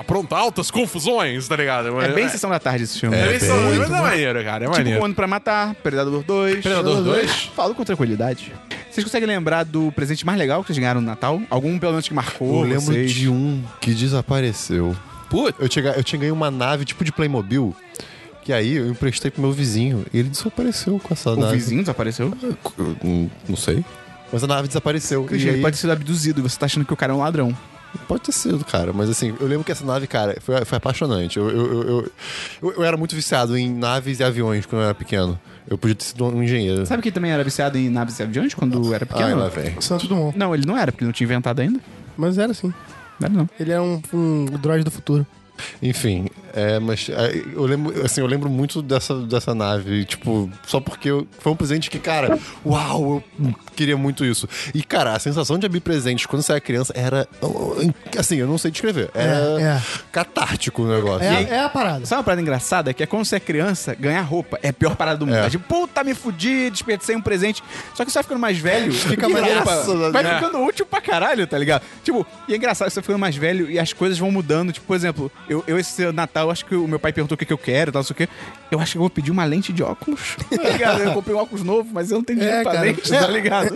S5: apronta altas confusões, tá ligado?
S2: É bem sessão da tarde esse filme.
S5: É,
S2: É,
S5: bem sessão, mas é maneiro, cara, é
S2: tipo
S5: maneiro.
S2: Um Ano Pra Matar, Predador 2.
S5: Predador 2?
S2: Falo com tranquilidade. Vocês conseguem lembrar do presente mais legal que vocês ganharam no Natal? Algum pelo menos que marcou?
S3: Eu lembro
S2: vocês?
S3: de um que desapareceu.
S5: Putz.
S3: Eu tinha, ga- eu tinha ganho uma nave tipo de Playmobil. Que aí eu emprestei pro meu vizinho. E ele desapareceu com essa
S2: O
S3: nave.
S2: Um vizinho desapareceu?
S3: Eu não- Não sei. Mas a nave desapareceu.
S2: Christian,
S3: e
S2: ele
S3: aí...
S2: pode ser abduzido. Você tá achando que o cara é um ladrão.
S3: Pode ter sido, cara, mas assim, eu lembro que essa nave, cara, foi, foi apaixonante. Eu, eu, eu, eu- eu, eu era muito viciado em naves e aviões quando eu era pequeno. Eu podia ter sido um engenheiro.
S2: Sabe quem também era viciado em naves e aviões quando era
S3: Ai,
S2: pequeno?
S3: lá vem.
S4: Santos Dumont.
S2: não, ele não era, porque ele não tinha inventado ainda.
S4: Mas era assim.
S2: Não era, não.
S4: Ele era um, um droid do futuro.
S3: Enfim, é, mas é, eu lembro, assim, eu lembro muito dessa, dessa nave, tipo, só porque eu- foi um presente que, cara, uau, eu queria muito isso. E, cara, a sensação de abrir presentes quando você era criança era, assim, eu não sei descrever, era
S4: É, é.
S3: catártico o negócio.
S4: É, a- é a parada.
S2: Sabe uma parada engraçada? Que é quando você é criança, ganhar roupa é a pior parada do mundo.
S3: É.
S2: É. Tipo, puta, me fudi, desperdicei um presente. Só que você vai ficando mais
S4: É.
S2: velho, fica mais
S3: Graças a
S4: né?
S2: roupa. Vai
S3: Deus.
S2: ficando útil pra caralho, tá ligado? Tipo, e é engraçado, você vai ficando mais velho e as coisas vão mudando. Tipo, por exemplo, eu, eu esse Natal, acho que o meu pai perguntou o que, que eu quero e tal, não sei o quê. Eu acho que eu vou pedir uma lente de óculos. tá ligado? Eu comprei um óculos novo, mas eu não tenho dinheiro pra
S4: É, cara.
S2: lente, tá ligado?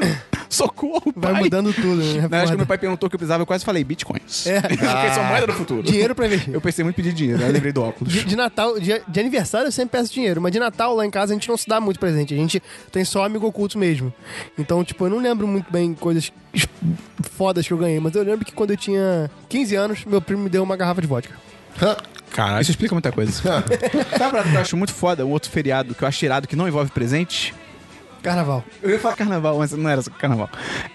S2: Socorro,
S4: Vai
S2: pai.
S4: mudando tudo, né?
S2: Na hora que
S4: Foda.
S2: meu pai perguntou o que eu precisava, eu quase falei bitcoins.
S4: É.
S2: Porque são moeda do futuro.
S4: Dinheiro pra investir.
S2: Eu pensei muito em pedir dinheiro, aí eu lembrei do óculos.
S4: De, de Natal, de, de aniversário eu sempre peço dinheiro, mas de Natal lá em casa a gente não se dá muito presente, a gente tem só amigo oculto mesmo. Então, tipo, eu não lembro muito bem coisas es- fodas que eu ganhei, mas eu lembro que quando eu tinha 15 anos, meu primo me deu uma garrafa de vodka. é.
S2: Caralho. Isso explica muita coisa. Sabe uma que eu acho muito foda? Um outro feriado que eu acho irado que não envolve presente?
S4: Carnaval.
S2: Eu ia falar carnaval, mas não era só carnaval.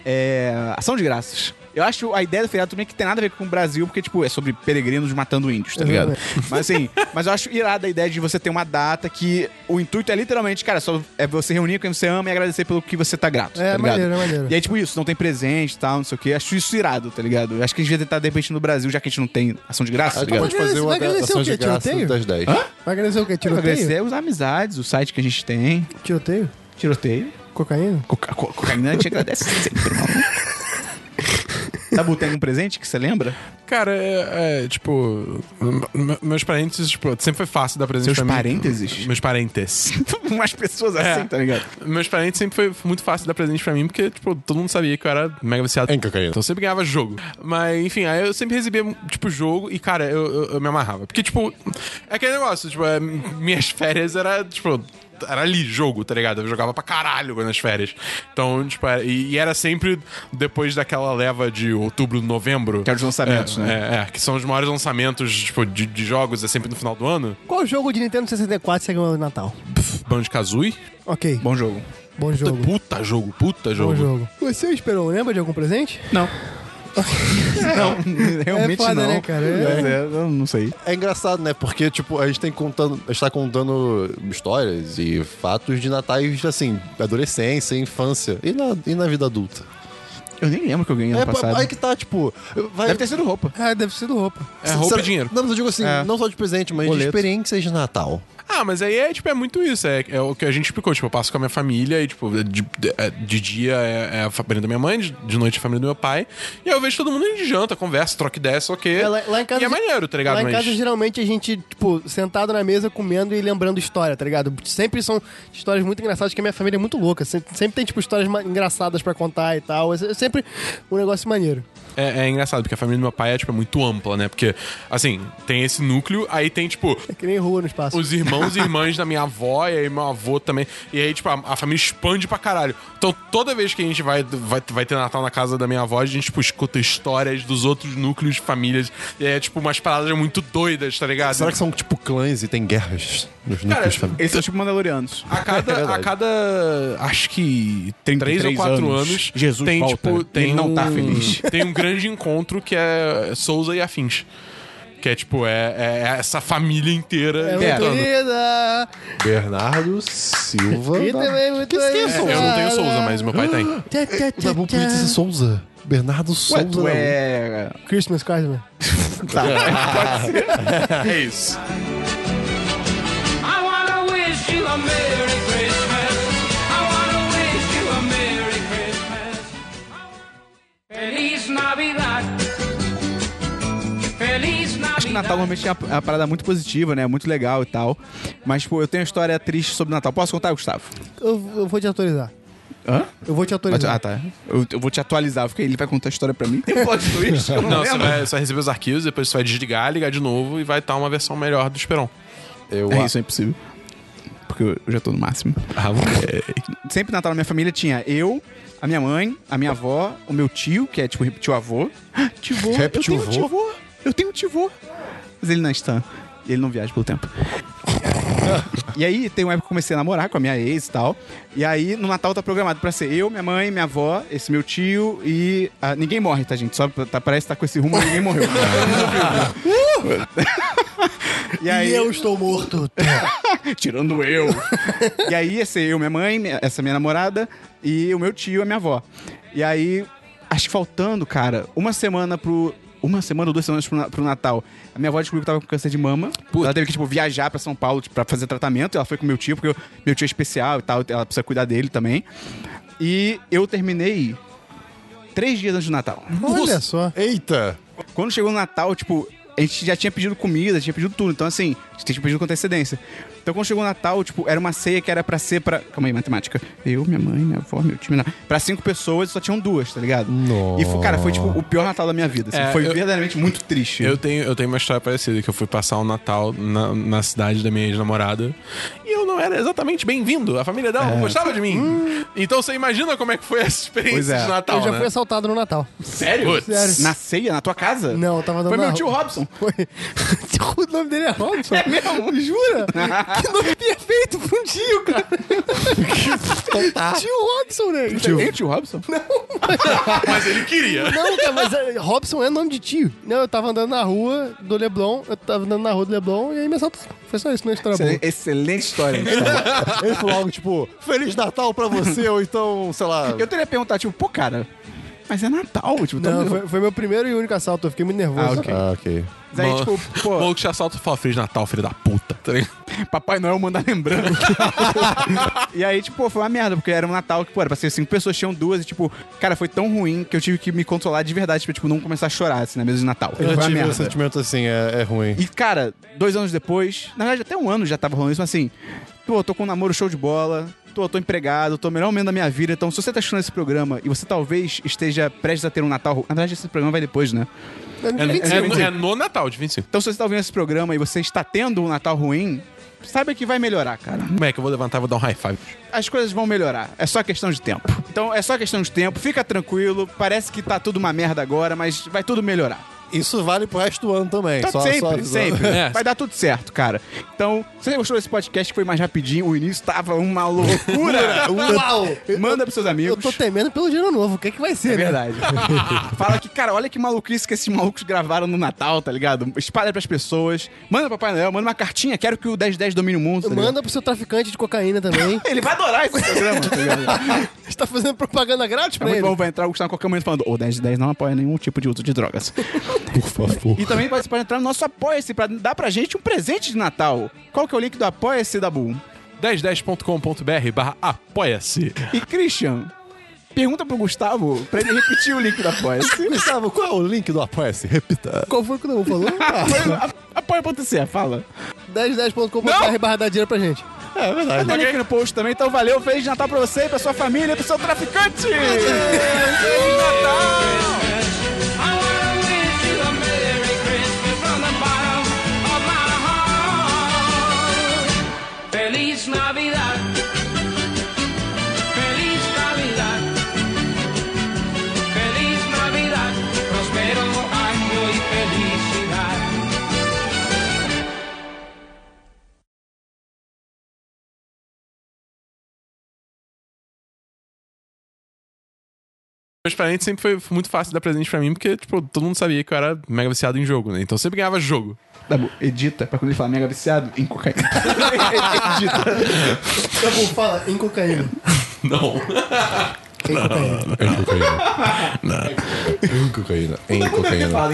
S2: É. Ação de graças. Eu acho a ideia do feriado também que tem nada a ver com o Brasil, porque, tipo, é sobre peregrinos matando índios, tá ligado? mas assim, mas eu acho irada a ideia de você ter uma data que o intuito é literalmente, cara, só é você reunir quem você ama e agradecer pelo que você tá grato.
S4: É,
S2: tá ligado?
S4: maneiro, é maneiro.
S2: E é tipo isso, não tem presente e tal, não sei o quê. Acho isso irado, tá ligado? Eu acho que a gente devia tentar, de repente, no Brasil, já que a gente não tem ação de graças, tá
S3: A gente
S2: ligado?
S3: Ah, pode Tipo, fazer uma
S4: é Vai agradecer
S3: ação
S4: o
S3: de
S4: quê?
S3: graça
S4: Tiroteio?
S3: das 10.
S4: Vai agradecer o quê? Tiroteio?
S2: Agradecer as amizades, o site que a gente tem.
S4: Tiroteio?
S2: Tiroteio.
S4: Cocaína?
S2: Coca co- cocaína te agradece sempre, mano. Sabu, tem algum presente que você lembra?
S5: Cara, é, é, tipo. m- m- Meus parentes, tipo, sempre foi fácil dar presente
S2: Seus
S5: pra mim.
S2: parênteses?
S5: Meus parentes.
S2: Umas pessoas assim,
S5: É.
S2: tá ligado?
S5: Meus parentes sempre foi muito fácil dar presente pra mim, porque, tipo, todo mundo sabia que eu era mega viciado.
S3: Em cocaína.
S5: Então eu sempre ganhava jogo. Mas, enfim, aí eu sempre recebia, tipo, jogo e, cara, eu, eu, eu me amarrava. Porque, tipo, é aquele negócio, tipo, é, minhas férias era, tipo. Era ali, jogo, tá ligado? Eu jogava pra caralho nas férias. Então, tipo, é, e, e era sempre depois daquela leva de outubro, novembro.
S2: Que eram os lançamentos,
S5: é,
S2: né?
S5: É, é, que são os maiores lançamentos, tipo, de, de jogos, é sempre no final do ano.
S4: Qual jogo de Nintendo 64 você ganhou no Natal?
S5: Banjo Kazooie.
S4: Ok,
S2: Bom jogo.
S4: bom jogo.
S5: Puta jogo, puta
S4: Bom
S5: jogo.
S4: jogo. Você esperou, lembra de algum presente?
S2: Não. não, realmente
S4: É foda,
S2: não.
S4: né, cara? É.
S2: Mas é, eu não sei.
S3: É engraçado, né? Porque, tipo, a gente tem contando, a gente tá contando histórias e fatos de natais, assim, adolescência, infância e na, e na vida adulta.
S2: Eu nem lembro que eu ganhei ano
S3: É,
S2: passado.
S3: aí que tá, tipo, vai...
S2: Deve ter sido roupa.
S4: Ah, deve ser do roupa.
S5: É roupa
S3: Será-
S5: e dinheiro.
S3: Não, mas eu digo assim,
S2: É.
S3: não só de presente, mas de
S2: Boleto.
S3: experiências de Natal.
S5: Ah, mas aí é, tipo, é muito isso. É, é o que a gente explicou. Tipo, eu passo com a minha família e, tipo, de, de- é, de dia é, é a família da minha mãe, de, de noite é a família do meu pai. E aí eu vejo todo mundo a gente janta, conversa, troca ideia, só que.
S4: É, lá- lá em casa
S5: e é
S4: ge-
S5: maneiro, tá ligado?
S4: Lá em
S5: Mas-
S4: casa, geralmente, a gente, tipo, sentado na mesa, comendo e lembrando história, tá ligado? Sempre são histórias muito engraçadas, que a minha família é muito louca. Se- Sempre tem, tipo, histórias ma- engraçadas pra contar e tal. É se- é sempre um negócio maneiro.
S5: É, é engraçado, porque a família do meu pai é, tipo, é muito ampla, né? Porque, assim, tem esse núcleo, aí tem, tipo,
S4: É que nem rua no espaço.
S5: os irmãos e irmãs da minha avó, e aí meu avô também. E aí, tipo, a, a família expande pra caralho. Então, toda vez que a gente vai, vai, vai ter Natal na casa da minha avó, a gente, tipo, escuta histórias dos outros núcleos de famílias. E aí é, tipo, umas paradas muito doidas, tá ligado?
S3: Será que são, tipo, clãs e tem guerras nos
S5: Cara,
S3: núcleos de família?
S2: Eles são tipo mandalorianos.
S5: A cada,
S3: É
S5: a
S3: verdade.
S5: cada, acho que, três ou
S2: 33
S5: quatro
S2: anos,
S5: anos,
S2: Jesus
S5: tem,
S2: volta
S5: tipo,
S2: e
S5: tem
S2: ele não tá
S5: um-
S2: feliz.
S5: Tem um grande encontro que é Souza e Afins. Que é, tipo, é, é essa família inteira.
S4: É muito
S2: Pera.
S4: linda!
S3: Bernardo Silva...
S4: E
S3: da-
S4: também
S3: Que
S4: muito
S3: isso que é,
S4: linda.
S3: Souza?
S5: Eu não tenho Souza, mas meu pai tem.
S4: Tchá, tchá, tchá,
S3: Tá bom, podia ser
S4: tchá.
S3: Souza. Bernardo
S2: Ué,
S3: Souza.
S2: tu é...
S4: Christmas card, né?
S5: É isso.
S1: I wanna wish you a Merry Christmas. I wanna wish you a Merry Christmas. Feliz Navidad. Feliz
S2: Acho que
S1: Navidad.
S2: Natal normalmente é uma parada muito positiva, né? Muito legal e tal. Mas, pô, eu tenho uma história triste sobre Natal. Posso contar, Gustavo?
S4: Eu, eu vou te autorizar.
S2: Hã?
S4: Eu vou te autorizar.
S2: Ah, tá. Eu, eu vou te atualizar, porque ele vai contar a história pra mim. Tem plot twist? Eu não,
S5: Não, você
S2: lembro.
S5: vai, você vai receber os arquivos, depois você vai desligar, ligar de novo e vai estar uma versão melhor do Esperon.
S3: Eu,
S2: É isso, é impossível. Porque eu eu já tô no máximo.
S5: Ah,
S2: Sempre Natal na minha família tinha eu, a minha mãe, a minha avó, o meu tio, que é tipo tio avô. Tio avô, eu
S3: Rap
S2: tenho
S3: tio-vô?
S2: tio avô. Eu tenho tio avô. Mas ele não é stan. Ele não viaja pelo tempo. E aí, tem uma época que eu comecei a namorar com a minha ex e tal. E aí, no Natal tá programado pra ser eu, minha mãe, minha avó, esse meu tio e. ah, ninguém morre, tá, gente? Só pra- tá, parece que tá com esse rumo, ninguém morreu. e aí.
S4: eu estou morto.
S2: Tirando eu. e aí ia ser eu, minha mãe, minha- essa minha namorada e o meu tio, a minha avó. E aí, acho que faltando, cara, uma semana pro. Uma semana ou duas semanas pro, na- pro Natal. A minha avó descobriu que tava com câncer de mama. Ela teve que, tipo, viajar pra São Paulo tipo, pra fazer tratamento. Ela foi com meu tio, porque eu- meu tio é especial e tal. Ela precisa cuidar dele também. E eu terminei três dias antes do Natal.
S4: Olha só.
S3: Eita!
S2: Quando chegou o Natal, tipo, a gente já tinha pedido comida, tinha pedido tudo. Então, assim, a gente tinha pedido com antecedência. Então, quando chegou o Natal, tipo, era uma ceia que era pra ser pra. Calma aí, matemática. Eu, minha mãe, minha avó, meu time. Não. Pra cinco pessoas, só tinham duas, tá ligado? E, foi- cara, foi, tipo, o pior Natal da minha vida. assim.
S5: É,
S2: foi
S5: eu-
S2: verdadeiramente muito triste.
S5: Eu tenho, eu tenho uma história parecida, que eu fui passar o Natal na, na cidade da minha ex-namorada e eu não era exatamente bem-vindo. A família dela não gostava de mim. Então você imagina como é que foi essa
S2: Pois
S5: experiência
S2: é.
S5: de Natal,
S4: Eu já
S5: né?
S4: fui assaltado no Natal.
S5: Sério?
S4: Sério.
S2: Na ceia, na tua casa?
S4: Não, eu tava dando
S2: Foi meu
S4: na-
S2: tio Robson.
S4: Foi. o nome dele é Robson? É mesmo? Jura? que nome perfeito pra um tio, cara. tio Robson, né?
S2: Tio. Tem o tio Robson?
S5: Mas ele queria.
S4: Não, cara, mas é, Robson é nome de tio. Não, eu tava andando na rua do Leblon, eu tava andando na rua do Leblon e aí me assaltaram. Foi só isso, não é história boa.
S2: Excelente, excelente história.
S3: Ele falou algo tipo, Feliz Natal pra você, ou então, sei lá.
S2: eu teria perguntado, tipo, pô, cara, mas é Natal, tipo,
S4: Não,
S2: tamo-
S4: foi, foi meu primeiro e único assalto, eu fiquei muito
S2: Ah,
S4: nervoso.
S2: ok.
S3: Ah, ok.
S2: Mas aí,
S5: Bom,
S2: tipo, pô,
S5: O maluco te assalta e fala, Feliz Natal, filho da puta. Tá ligado?
S2: Papai Noel manda lembrando. e aí, tipo, pô, foi uma merda, porque era um Natal que, pô, era pra ser cinco pessoas, tinham duas, e, tipo, cara, foi tão ruim que eu tive que me controlar de verdade pra, tipo, não começar a chorar, assim, na mesa de Natal.
S3: Eu
S2: foi
S3: já
S2: uma
S3: tive um
S2: merda.
S3: sentimento assim, é, é ruim.
S2: E, cara, dois anos depois, na verdade, até um ano já tava rolando isso, mas assim, pô, tô com um namoro show de bola, tô, tô empregado, tô no melhor momento da minha vida, então se você tá achando esse programa e você talvez esteja prestes a ter um Natal. Na verdade, esse programa vai depois, né?
S5: É, é no- é no Natal, de 25.
S2: Então, se você tá ouvindo esse programa e você está tendo um Natal ruim, saiba que vai melhorar, cara.
S5: Como é que eu vou levantar e vou dar um high five?
S2: as coisas vão melhorar. É só questão de tempo. Então é só questão de tempo, fica tranquilo. Parece que tá tudo uma merda agora, mas vai tudo melhorar.
S3: Isso vale pro resto do ano também.
S4: É
S2: Tá
S3: só-
S2: sempre,
S3: só-
S2: sempre.
S5: É.
S2: Vai dar tudo certo, cara. Então, se você gostou desse podcast que foi mais rapidinho, o início tava uma loucura.
S4: Uau!
S2: Manda pros seus
S4: Eu
S2: amigos.
S4: tô temendo pelo dinheiro novo, o que é que vai ser,
S2: É
S4: né?
S2: verdade. Fala que, cara, olha que maluquice que esses malucos gravaram no Natal, tá ligado? Espalha pras pessoas. Manda pro Papai Noel, manda uma cartinha. Quero que o 1010 domine o mundo. tá ligado?
S4: Manda pro seu traficante de cocaína também.
S2: Ele vai adorar esse programa, tá ligado?
S4: A gente tá fazendo propaganda grátis
S2: É
S4: pra
S2: muito
S4: ele.
S2: bom, vai entrar o Gustavo a qualquer momento falando, o 10 de 10 não apoia nenhum tipo de uso de drogas.
S3: Por favor.
S2: e também pode, pode entrar no nosso Apoia-se pra dar pra gente um presente de Natal. Qual que é o link do Apoia-se, Dabu?
S5: 1010.com.br barra apoia-se.
S2: E Christian, pergunta pro Gustavo pra ele repetir o link do Apoia-se.
S3: Gustavo, qual é o link do Apoia-se? Repita.
S4: Qual foi que não falou?
S2: Apoia- Apoia.se, fala.
S4: 1010.com.br barra dá dinheiro pra gente.
S3: É verdade.
S2: Tem link Tá no post também, então valeu. Feliz Natal pra você, pra sua família, pro seu traficante! Feliz Natal!
S1: I wanna wish you a Merry Christmas from the bottom of my heart. Feliz Navidad. Feliz Navidad. Feliz Navidad. Prospero año y felicidad.
S5: Meus parentes sempre foi muito fácil dar presente pra mim, porque, tipo, todo mundo sabia que eu era mega viciado em jogo, né? Então eu sempre ganhava jogo.
S2: Dabu, edita pra quando ele falar mega viciado em cocaína. edita.
S4: Tá bom, fala, em cocaína.
S5: Não.
S3: Em
S4: Em cocaína.
S3: cocaína. Não. Em cocaína. Em cocaína.
S2: em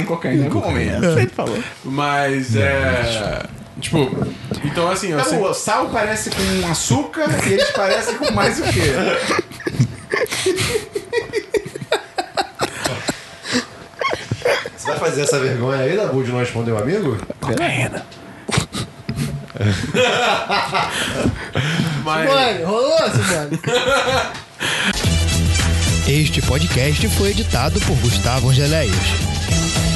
S2: cocaína, é em algum momento. Sempre falou.
S5: Mas é. Tipo, então assim, eu sempre.
S2: O sal parece com açúcar e eles parecem com mais o quê?
S3: Você vai fazer essa vergonha aí, Dabu, de não responder um amigo?
S5: Mas...
S4: Mano, rolou, mano. Este podcast foi editado por Gustavo Angeléias.